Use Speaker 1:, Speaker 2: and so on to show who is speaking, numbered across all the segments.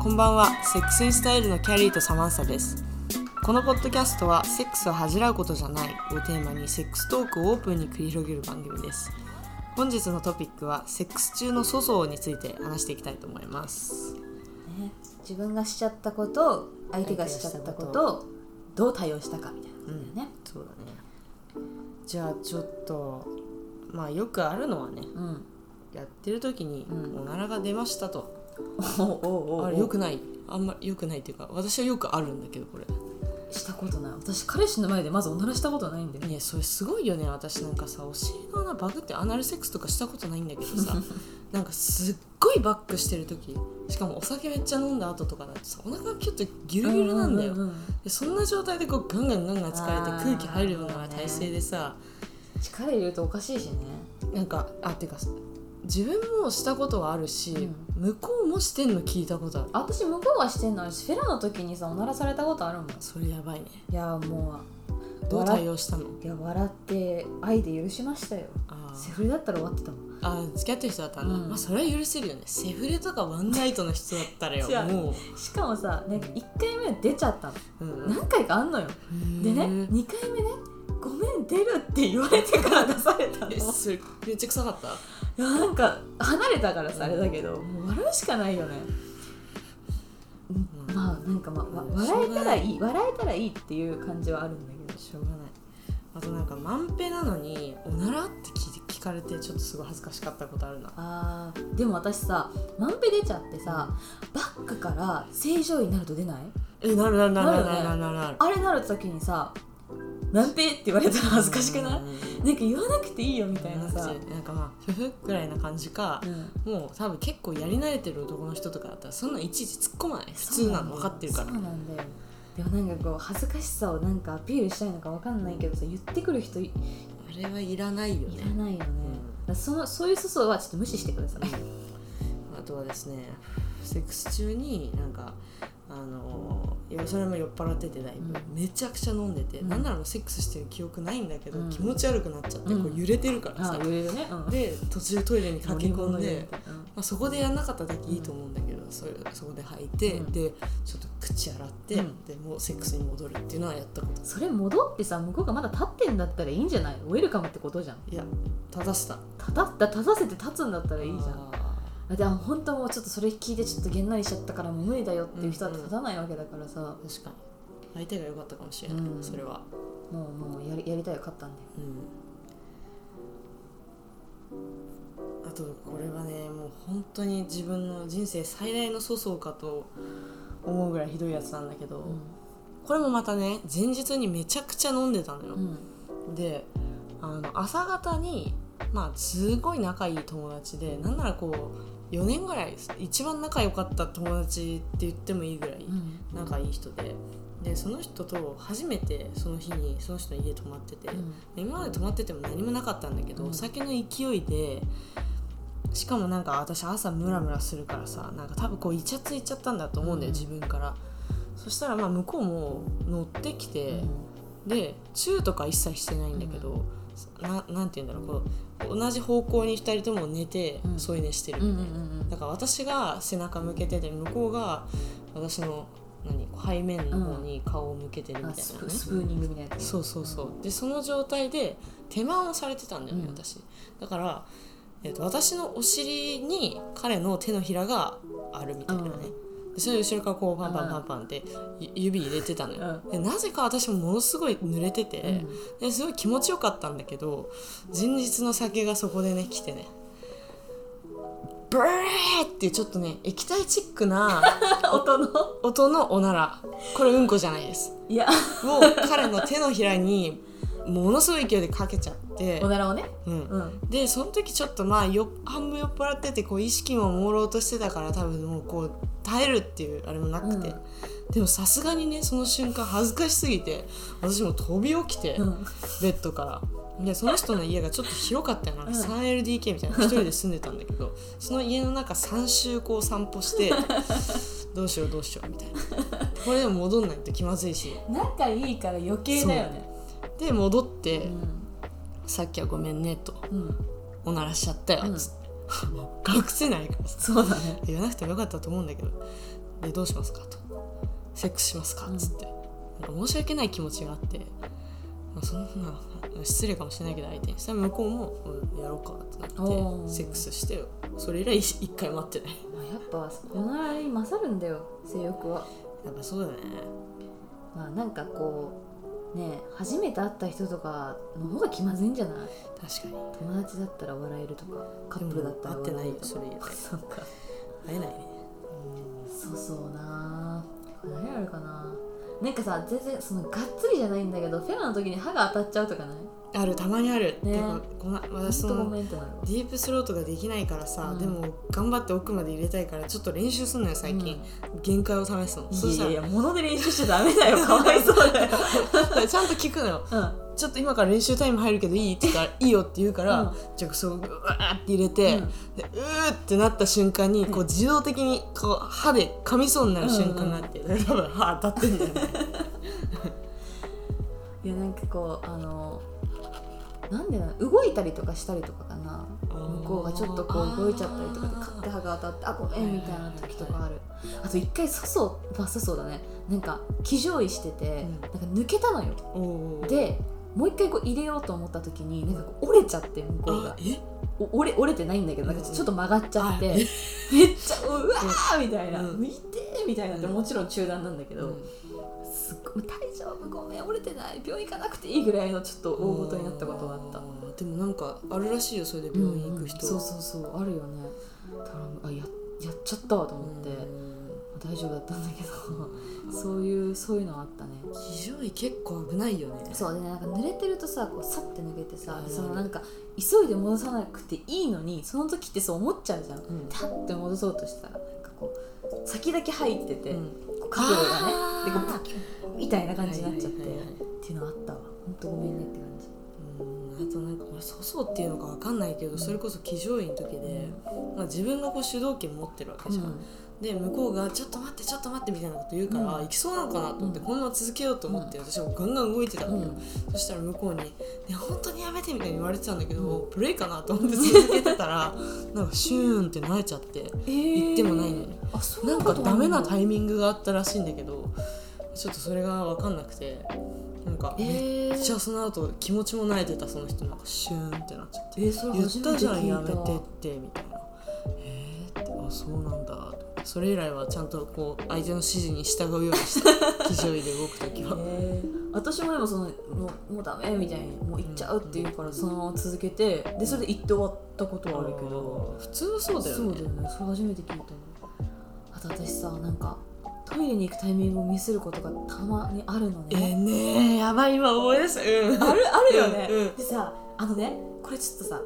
Speaker 1: こんばんはセックスインスタイルのキャリーとサマンサですこのポッドキャストは「セックスを恥じらうことじゃない」をテーマにセックストークをオープンに繰り広げる番組です本日のトピックはセックス中の粗相について話していきたいと思います
Speaker 2: ね、自分がしちゃったことを相手がしちゃったことをどう対応したかみたいなことだよね、
Speaker 1: そうだねじゃあちょっとまあよくあるのはね
Speaker 2: うん
Speaker 1: やってる時に
Speaker 2: うん
Speaker 1: おならが出ましたと、
Speaker 2: おお
Speaker 1: あ
Speaker 2: あ
Speaker 1: れ
Speaker 2: れ
Speaker 1: よ
Speaker 2: よ
Speaker 1: く
Speaker 2: く
Speaker 1: ないあんまりよくないっていうか私はよくあるんだけどこれ
Speaker 2: したことない私彼氏の前でまずおならしたことないんだよ
Speaker 1: いやそれすごいよね私なんかさお尻の穴バグってアナルセックスとかしたことないんだけど さなんかすっごいバックしてる時しかもお酒めっちゃ飲んだ後とかだとさお腹がキュッとギュルギュルなんだよ、
Speaker 2: うううん
Speaker 1: でそんな状態でこうガンガンガンガン疲れ
Speaker 2: あ
Speaker 1: て
Speaker 2: ー
Speaker 1: 空気入るような体勢でさ、
Speaker 2: 力入れるとおかしいしね
Speaker 1: なんかあっていうか自分もしたことはあるし、
Speaker 2: う
Speaker 1: 向こうもしてんの聞いたことある
Speaker 2: 私向こうがしてんのあるしフェラの時にさおならされたことあるもんい
Speaker 1: それやばいね
Speaker 2: やも
Speaker 1: どう対応したの
Speaker 2: ういや笑って愛で許しましたよ
Speaker 1: あ
Speaker 2: セ
Speaker 1: ー
Speaker 2: フレだったら終わってたもん
Speaker 1: あー付き合ってる人だったらな、
Speaker 2: うん
Speaker 1: まあそれは許せるよねセフレとかワンナイトの人だった らよ
Speaker 2: 違う
Speaker 1: もう
Speaker 2: しかもさなんか1回目は出ちゃったの
Speaker 1: うん
Speaker 2: 何回かあんのよで
Speaker 1: へ
Speaker 2: ね
Speaker 1: ー
Speaker 2: 2回目ね「ごめん出る」って言われてから出されたの い
Speaker 1: え
Speaker 2: や
Speaker 1: それめっちゃ臭かった
Speaker 2: なんか離れたからさあ
Speaker 1: うん
Speaker 2: れだけどもう笑うしかないよね
Speaker 1: うん
Speaker 2: まあなんかまあわ
Speaker 1: うんしょ
Speaker 2: 笑
Speaker 1: う
Speaker 2: え
Speaker 1: がな
Speaker 2: たら
Speaker 1: い
Speaker 2: いい笑えたらいいっていう感じはあるんだけど
Speaker 1: しょうがないあとなんかまんぺなのに「おなら?」って聞いて聞かれてちょっとすごい恥ずかしかったことあるな
Speaker 2: あーでも私さまんべ出ちゃってさバックから正常位になると出ない
Speaker 1: えなるなるなるなる
Speaker 2: なるよね
Speaker 1: なるなるなる
Speaker 2: あれなる時にさ「まんぺ」って言われたら恥ずかしくないなんか言わなくていいよみたいなさ、
Speaker 1: なんかまあふふぐらいな感じか
Speaker 2: う、ん
Speaker 1: もう多分結構やり慣れてる男の人とかだったらそんなんいちいち突っ込まない普通なの分かってるから
Speaker 2: そうなんだよでもなんかこう恥ずかしさをなんかアピールしたいのかわかんないけどさ言ってくる人い
Speaker 1: あれはいらないよ
Speaker 2: い
Speaker 1: ね
Speaker 2: らないよね、だからそのそういう粗相はちょっと無視してください、
Speaker 1: あとはですねセックス中になんかあのいやそれも酔っ払っててだいぶ、
Speaker 2: う
Speaker 1: めちゃくちゃ飲んでて、
Speaker 2: うん
Speaker 1: なんならもうセックスしてる記憶ないんだけど、
Speaker 2: うん
Speaker 1: 気持ち悪くなっちゃって、
Speaker 2: うん
Speaker 1: こう揺れてるから
Speaker 2: あ
Speaker 1: さ
Speaker 2: あ、言えるね、うん、
Speaker 1: で途中トイレに駆け込んで、
Speaker 2: うん
Speaker 1: まあ、そこでやんなかっただけいいと思うんだけど、それそこで吐いて、
Speaker 2: うん
Speaker 1: でちょっと口洗って、
Speaker 2: うん
Speaker 1: でもうセックスに戻るっていうのはやったこと
Speaker 2: それ戻ってさ向こうがまだ立ってんだったらいいんじゃないウェルカムってことじゃん
Speaker 1: いや正した
Speaker 2: 立たった立たせて立つんだったらいいじゃん
Speaker 1: あ
Speaker 2: あでも本当もうちょっとそれ聞いてちょっとげんなりしちゃったからもう無理だよっていう人は立たないわけだからさ、
Speaker 1: ー確かに相手が良かったかもしれない、
Speaker 2: うん
Speaker 1: それは、
Speaker 2: もうもうやりやりたいよ勝ったんだよ
Speaker 1: あとこれはねもう本当に自分の人生最大の粗相かと思うぐらいひどいやつなんだけど、これもまたね前日にめちゃくちゃ飲んでたのよ
Speaker 2: う、ん
Speaker 1: であの朝方にまあすごい仲いい友達でなんならこう4年ぐらい一番仲良かった友達って言ってもいいぐらい
Speaker 2: うん
Speaker 1: 仲いい人ででその人と初めてその日にその人の家泊まってて、
Speaker 2: うん
Speaker 1: 今まで泊まってても何もなかったんだけど、
Speaker 2: うん
Speaker 1: お酒の勢いでしかもなんか私朝ムラムラするからさなんか多分こうイチャついちゃったんだと思うんだよ、
Speaker 2: うん
Speaker 1: 自分からそしたらまあ向こうも乗ってきて、でチューとか一切してないんだけど、ななんて言うんだろうこう同じ方向に2人とも寝て
Speaker 2: うん
Speaker 1: 添い寝してる
Speaker 2: うんうん
Speaker 1: み
Speaker 2: う
Speaker 1: たいな、
Speaker 2: ん
Speaker 1: だから私が背中向けてて向こうが私の何背面の方に顔を向けてるみ
Speaker 2: うん
Speaker 1: たい
Speaker 2: あ
Speaker 1: なね、
Speaker 2: スプスプーニングみたいなやつ
Speaker 1: そうそうそう、でその状態で手間をされてたんだよね、
Speaker 2: うん
Speaker 1: 私だから、えっと私のお尻に彼の手のひらがあるみたいなね、でそれ後ろからこうパンパンパンパンってゆ指入れてたのよ、
Speaker 2: う
Speaker 1: でなぜか私もものすごい濡れてて、
Speaker 2: うん
Speaker 1: ですごい気持ちよかったんだけど前日の酒がそこでね来てねブレーっていうちょっとね液体チックな
Speaker 2: 音の
Speaker 1: 音のおならこれうんこじゃないです
Speaker 2: いや
Speaker 1: もう彼の手のひらにものすごい勢いでかけちゃって
Speaker 2: お、ならをね
Speaker 1: うん
Speaker 2: うん
Speaker 1: でその時ちょっとまあよ半分酔っ払っててこう意識も朦朧としてたから多分もうこう耐えるっていうあれもなくて、
Speaker 2: うん
Speaker 1: でもさすがにねその瞬間恥ずかしすぎて私も飛び起きて、
Speaker 2: うん
Speaker 1: ベッドからでその人の家がちょっと広かったよなんか
Speaker 2: うん
Speaker 1: 3LDK みたいな一人で住んでたんだけ どその家の中3周こう散歩してどうしようどうしようみたいなこれでも戻んないと気まずいし
Speaker 2: 仲いいから余計だよね
Speaker 1: で戻って、
Speaker 2: うん
Speaker 1: さっきはごめんねと
Speaker 2: うん
Speaker 1: おなら しちゃったよ、
Speaker 2: うん
Speaker 1: つって隠せないからさ
Speaker 2: そうだね
Speaker 1: 言わなくてもよかったと思うんだけどでどうしますかとセックスしますか
Speaker 2: うん
Speaker 1: っつって、なんか申し訳ない気持ちがあって、まあ、そんな失礼かもしれないけど相手にしたら向こうも、うん、やろうかってなっ
Speaker 2: おー
Speaker 1: てセックスしてそれ以来一回待ってない
Speaker 2: まあ、やっぱおならに勝るんだよ性欲は
Speaker 1: やっぱそうだね
Speaker 2: まあなんかこうね初めて会った人とかの方が気まずいんじゃない
Speaker 1: 確かに
Speaker 2: 友達だったら笑えるとかカップルだったら
Speaker 1: でも
Speaker 2: 笑
Speaker 1: 会
Speaker 2: え
Speaker 1: って
Speaker 2: る
Speaker 1: ないよ
Speaker 2: とか
Speaker 1: それ以来
Speaker 2: そっか
Speaker 1: 会えないね
Speaker 2: そうそうな何やるかななんかさ全然そのがっつりじゃないんだけどフェラの時に歯が当たっちゃうとかない
Speaker 1: あるたまにある、
Speaker 2: ね
Speaker 1: でもごま私そ
Speaker 2: ほんと
Speaker 1: の
Speaker 2: ごめんってなるわ
Speaker 1: ディープスロートができないからさ、
Speaker 2: うん
Speaker 1: でも頑張って奥まで入れたいからちょっと練習すんのよ最近、限界を試すの、
Speaker 2: うん
Speaker 1: そしたら
Speaker 2: いやいや物で練習しちゃダメだよかわい そうだよ、
Speaker 1: ちゃんと聞くのよ
Speaker 2: うん
Speaker 1: ちょっと今から練習タイム入るけどいいって言ったら「いいよ」って言うから、
Speaker 2: うん
Speaker 1: じゃあそううわーって入れて、
Speaker 2: うん
Speaker 1: でうーってなった瞬間にこう自動的にこう歯で噛みそうになる瞬間があって、多分歯当たってんだよね
Speaker 2: いやなんかこうあのなんでな動いたりとかしたりとかかな
Speaker 1: あー
Speaker 2: 向こうがちょっとこう動いちゃったりとかで
Speaker 1: あー
Speaker 2: カッて歯が当たってあごめんみたいな時とかあるあと一回粗相まあ粗相だねなんか騎乗位してて、
Speaker 1: うん
Speaker 2: なんか抜けたのよ
Speaker 1: おー
Speaker 2: でもう一回こう入れようと思った時になんかこう折れちゃって向こう
Speaker 1: あ
Speaker 2: が
Speaker 1: え
Speaker 2: お折れ折れてないんだけどなんかちょ
Speaker 1: うん
Speaker 2: ちょっと曲がっちゃって、
Speaker 1: あ
Speaker 2: めっちゃうわーみたいな、
Speaker 1: うん
Speaker 2: 見てーみたいなってもちろん中断なんだけど、
Speaker 1: うん
Speaker 2: すっごい大丈夫ごめん折れてない病院行かなくていいぐらいのちょっと大ごとになったことがあった
Speaker 1: ーでもなんかあるらしいよそれで病院行く人、
Speaker 2: そうそうそうあるよねだからあややっちゃったわと思って、
Speaker 1: うん
Speaker 2: 大丈夫だったんだけど そういうそういうのはあったね
Speaker 1: 非常に結構危ないよね
Speaker 2: そうでねなんか濡れてるとさこうさって抜けてさ
Speaker 1: うん
Speaker 2: そのなんか急いで戻さなくていいのにその時ってそう思っちゃうじゃん
Speaker 1: うん
Speaker 2: タッて戻そうとしたらなんかこう先だけ入ってて、
Speaker 1: うん
Speaker 2: こう角度がね
Speaker 1: あー
Speaker 2: でこうパキッみたいな感じになっちゃって、
Speaker 1: はいはいはいはい
Speaker 2: っていうのあったわほんとごめんねって感じ
Speaker 1: うんあとなんかこれ粗相っていうのかわかんないけどそれこそ騎乗位の時で、まあ、自分がこう主導権持ってるわけじゃん、で向こうが「ちょっと待ってちょっと待って」みたいなこと言うから、
Speaker 2: うん
Speaker 1: 行きそうなのかなと思って、
Speaker 2: うん
Speaker 1: このまま続けようと思って私はガンガン動いてた
Speaker 2: う
Speaker 1: のよ、
Speaker 2: ん
Speaker 1: そしたら向こうに「ね本当にやめて」みたいに言われてたんだけど、
Speaker 2: う
Speaker 1: プレイかなと思って続けてたらなんかシューンって慣れちゃって
Speaker 2: えー
Speaker 1: 言ってもないのに
Speaker 2: あそう
Speaker 1: なんかダメなタ
Speaker 2: イ
Speaker 1: イミングがあったらしいんだけどちょっとそれが分かんなくてなんか、
Speaker 2: えー、
Speaker 1: じゃあその後気持ちも慣れてたその人なんかシューンってなっちゃって。
Speaker 2: えーそれ
Speaker 1: 言っ
Speaker 2: 初めて
Speaker 1: たじゃん
Speaker 2: 聞い
Speaker 1: や
Speaker 2: た
Speaker 1: めてってみたいなえー、ってあそうなんだと思ってそれ以来はちゃんとこう相手の指示に従うように した騎乗位で動く時は
Speaker 2: へー私も今そのもうもうダメみたいにもう行っちゃうっていうからそのまま続けてでそれで行って終わったことはあるけど
Speaker 1: 普通はそうだよ
Speaker 2: そう
Speaker 1: ね
Speaker 2: だよねそれ初めて聞いたのあと私さなんかトイレに行くタイミングをミスることがたまにあるの
Speaker 1: え
Speaker 2: ね、
Speaker 1: ー、ねえやばい今思い出したうん
Speaker 2: あるあるよね、
Speaker 1: うんうん
Speaker 2: でさあのねこれちょっとさ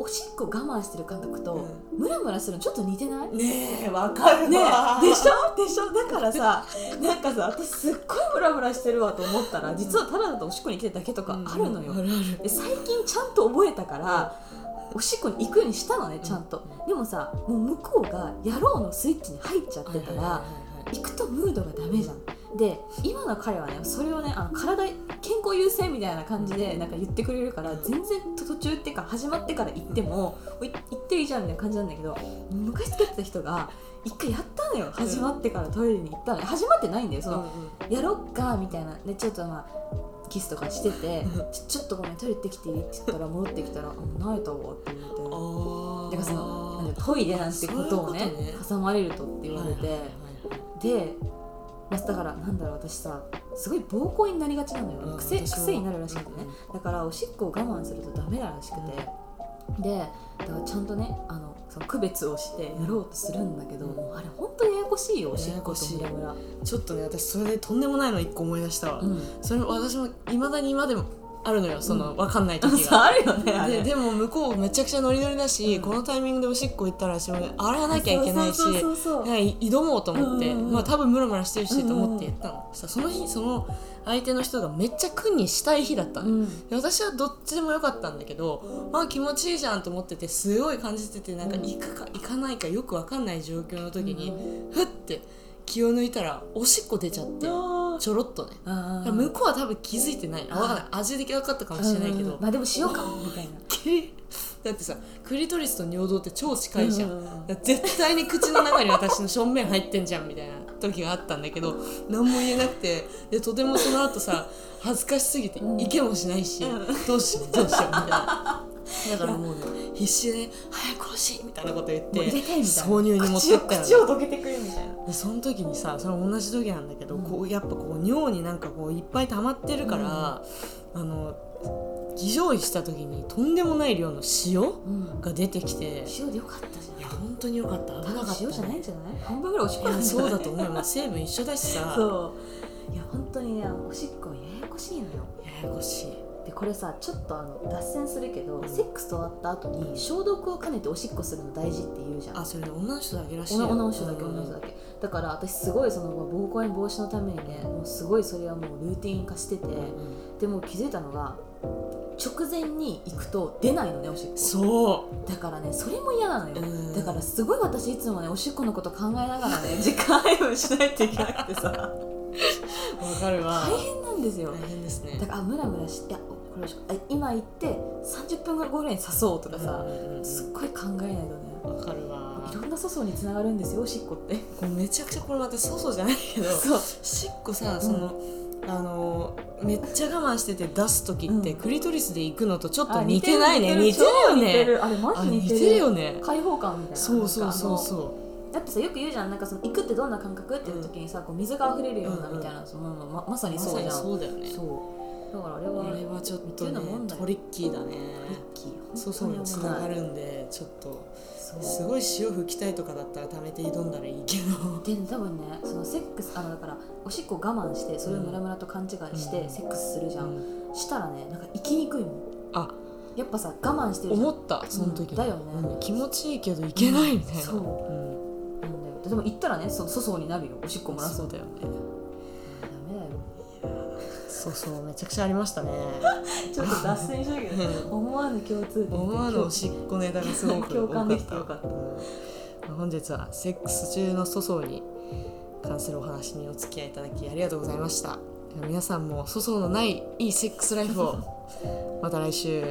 Speaker 2: おしっこ我慢してる感覚とムラムラするのちょっと似 てない
Speaker 1: ねえわか る
Speaker 2: ね
Speaker 1: わ
Speaker 2: でしょでしょだからさなんかさ私すっごいムラムラしてるわと思ったら実はただだとおしっこに来てるだけとかあるのよ、
Speaker 1: うんある
Speaker 2: で最近ちゃんと覚えたからおしっこに行くようにしたのねちゃんと、でもさもう向こうがやろうのスイッチに入っちゃっ
Speaker 1: あ
Speaker 2: て
Speaker 1: る
Speaker 2: たら行くとムードがダメじゃんで今の彼はねそれをねあの体健康優先みたいな感じでなんか言ってくれるから全然途中っていうか始まってから行ってもおい行っていいじゃんみたいな感じなんだけど昔付き合ってた人が一回やったのよ始まってからトイレに行ったのよ始まってないんだよそのやろっかみたいなでちょっとまあキスとかして てちょちょっとごめんトイレ行ってきていいって言ったら戻ってきたら「あもう慣れたわ」って言
Speaker 1: あー
Speaker 2: われてだからそのなんかトイレなんてことをね
Speaker 1: そういうことね
Speaker 2: 挟まれるとって言わ
Speaker 1: はい
Speaker 2: れ
Speaker 1: はい
Speaker 2: て、
Speaker 1: はい
Speaker 2: で、まあ、だからなんだろう私さすごい暴行になりがちなのよ、
Speaker 1: うん
Speaker 2: 癖
Speaker 1: 私も
Speaker 2: 癖になるらしくてね、だからおしっこを我慢するとダメらしくて、でだからちゃんとねあのその区別をしてやろうとするんだけど、
Speaker 1: うん
Speaker 2: もうあれ本当にややこしいよおしっ
Speaker 1: やや
Speaker 2: こ
Speaker 1: ことしい
Speaker 2: ムラムラ、
Speaker 1: ちょっとね私それでとんでもないの一個思い出したわ、
Speaker 2: うん、
Speaker 1: それも私もいまだに今でもあるのよその、
Speaker 2: うん
Speaker 1: わかんない
Speaker 2: あ
Speaker 1: 時が
Speaker 2: そうあるよねあれ
Speaker 1: ででも向こうめちゃくちゃノリノリだし、
Speaker 2: うん
Speaker 1: このタイミングでおしっこ行ったら私も洗わなきゃいけないし
Speaker 2: そうそうそうそう
Speaker 1: はい挑もうと思って、
Speaker 2: うんうんうん
Speaker 1: まあ多分ムラムラしてるしと思ってやったの、さその日その相手の人がめっちゃ苦にしたい日だったの、
Speaker 2: うん
Speaker 1: で私はどっちでもよかったんだけどまあ気持ちいいじゃんと思っててすごい感じててなんか
Speaker 2: うん
Speaker 1: 行くか行かないかよく分かんない状況の時に、
Speaker 2: うん
Speaker 1: ふって気を抜いたらおしっこ出ちゃって
Speaker 2: あ
Speaker 1: ちょろっとね
Speaker 2: あ
Speaker 1: 向こうは多分気づいてないあわかんない味で分かったかもしれないけど、
Speaker 2: まあでもしようかみたいな
Speaker 1: きりだってさクリトリスと尿道って超近いじゃん、
Speaker 2: うんうんうん
Speaker 1: だから絶対に口の中に私の正面入ってんじゃんみたいな時があったんだけど何も言えなくてでとてもその後さ恥ずかしすぎて
Speaker 2: うん
Speaker 1: いけもしないし、
Speaker 2: う
Speaker 1: どうしよう どうしようみたいな。だからもうね必死で、ね「早く欲しい!」みたいなこと言って
Speaker 2: もう入れたいみたいな
Speaker 1: 挿入に持ってったよね
Speaker 2: 口を口をどけてくるみたいな
Speaker 1: でその時にさそれ同じ時なんだけど、
Speaker 2: うん
Speaker 1: こうやっぱこう尿になんかこういっぱい溜まってるから、あの儀仗した時にとんでもない量の塩
Speaker 2: うん
Speaker 1: が出てきて
Speaker 2: 塩でよかったじゃん
Speaker 1: いや本当によかった危なかった
Speaker 2: 塩じゃないんじゃない半分ぐらいおしっ
Speaker 1: い
Speaker 2: こな
Speaker 1: や
Speaker 2: んじゃ
Speaker 1: そ
Speaker 2: な
Speaker 1: う
Speaker 2: い
Speaker 1: だと思うよ成分一緒だしさ
Speaker 2: そういや本当にねおしっこややこしいのよ
Speaker 1: ややこしい
Speaker 2: でこれさちょっとあの脱線するけどセックスと終わった後に消毒を兼ねておしっこするの大事って言うじゃん
Speaker 1: あそれね女の人だけらしい
Speaker 2: お
Speaker 1: よ
Speaker 2: な女の人だけ
Speaker 1: うん
Speaker 2: 女の人だけだから私すごいその膀胱炎防止のためにねもうすごいそれはもうルーティン化してて
Speaker 1: うん
Speaker 2: でも気づいたのが直前に行くと出ないのねおしっこ
Speaker 1: そう
Speaker 2: だからねそれも嫌なのよ、
Speaker 1: うん
Speaker 2: だからすごい私いつもねおしっこのこと考えながら ね時間配分しないといけなくてさ
Speaker 1: わかるわ
Speaker 2: 大変なんですよ
Speaker 1: 大変ですね
Speaker 2: だからあムラムラしてあこれおしっこあ今行って30分後ぐらいに刺そうとかさ、
Speaker 1: うん
Speaker 2: すっごい考えないとね
Speaker 1: わかるわ
Speaker 2: いろんな粗相につながるんですよおしっこって
Speaker 1: こうめちゃくちゃこれまた粗相じゃないけど
Speaker 2: そう
Speaker 1: しっこさその、あのめっちゃ我慢してて出す時って、
Speaker 2: うん
Speaker 1: クリトリスで行くのとちょっと
Speaker 2: あ
Speaker 1: 似てないね似
Speaker 2: 似
Speaker 1: て
Speaker 2: て
Speaker 1: る
Speaker 2: る
Speaker 1: よ
Speaker 2: 似て
Speaker 1: ね
Speaker 2: るあれマ
Speaker 1: あ
Speaker 2: ジ
Speaker 1: 似
Speaker 2: 似
Speaker 1: て
Speaker 2: て
Speaker 1: る
Speaker 2: る
Speaker 1: よね
Speaker 2: 開放感みたいな
Speaker 1: そうそうそう
Speaker 2: う
Speaker 1: そ
Speaker 2: だってさよく言うじゃんなんかその行くってどんな感覚っていう時にさ、こう水が溢れるようなみたいな、そのまままさ
Speaker 1: う
Speaker 2: にそうじゃん、
Speaker 1: まさに
Speaker 2: そう
Speaker 1: そうだよね
Speaker 2: だからあれは
Speaker 1: これはちょっと
Speaker 2: 似て
Speaker 1: ね
Speaker 2: るようなもんだよ
Speaker 1: トリッキーだね
Speaker 2: リッキー本当に
Speaker 1: 粗相につなが
Speaker 2: 危ない
Speaker 1: るんでちょっとす
Speaker 2: そう
Speaker 1: ごい塩拭きたいとかだったら溜めて挑んだらいいけど
Speaker 2: で多分ねそのセックスあのだからおしっこ我慢してそれをムラムラと勘違いして、
Speaker 1: うん
Speaker 2: セックスするじゃん、したらねなんか行きにくいもん
Speaker 1: あ
Speaker 2: やっぱさ我慢してるじゃん
Speaker 1: 思ったその時、
Speaker 2: うんだよね
Speaker 1: うん気持ちいいけどいけないみたいな、
Speaker 2: そうんなんだよででも行ったらねそ粗相になるよおしっこ漏らす
Speaker 1: そ
Speaker 2: と
Speaker 1: うだよね
Speaker 2: ダメだよ
Speaker 1: そうそうめちゃくちゃありましたね
Speaker 2: ちょっと脱線したけど思わぬ共通点と
Speaker 1: 思わぬおしっこネタがすごく多
Speaker 2: 共
Speaker 1: か
Speaker 2: 感
Speaker 1: っ
Speaker 2: で
Speaker 1: た
Speaker 2: きてよかった
Speaker 1: うん本日はセックス中の粗相に関するお話にお付き合いいただきありがとうございました皆さんも粗相のないいいセックスライフをまた来週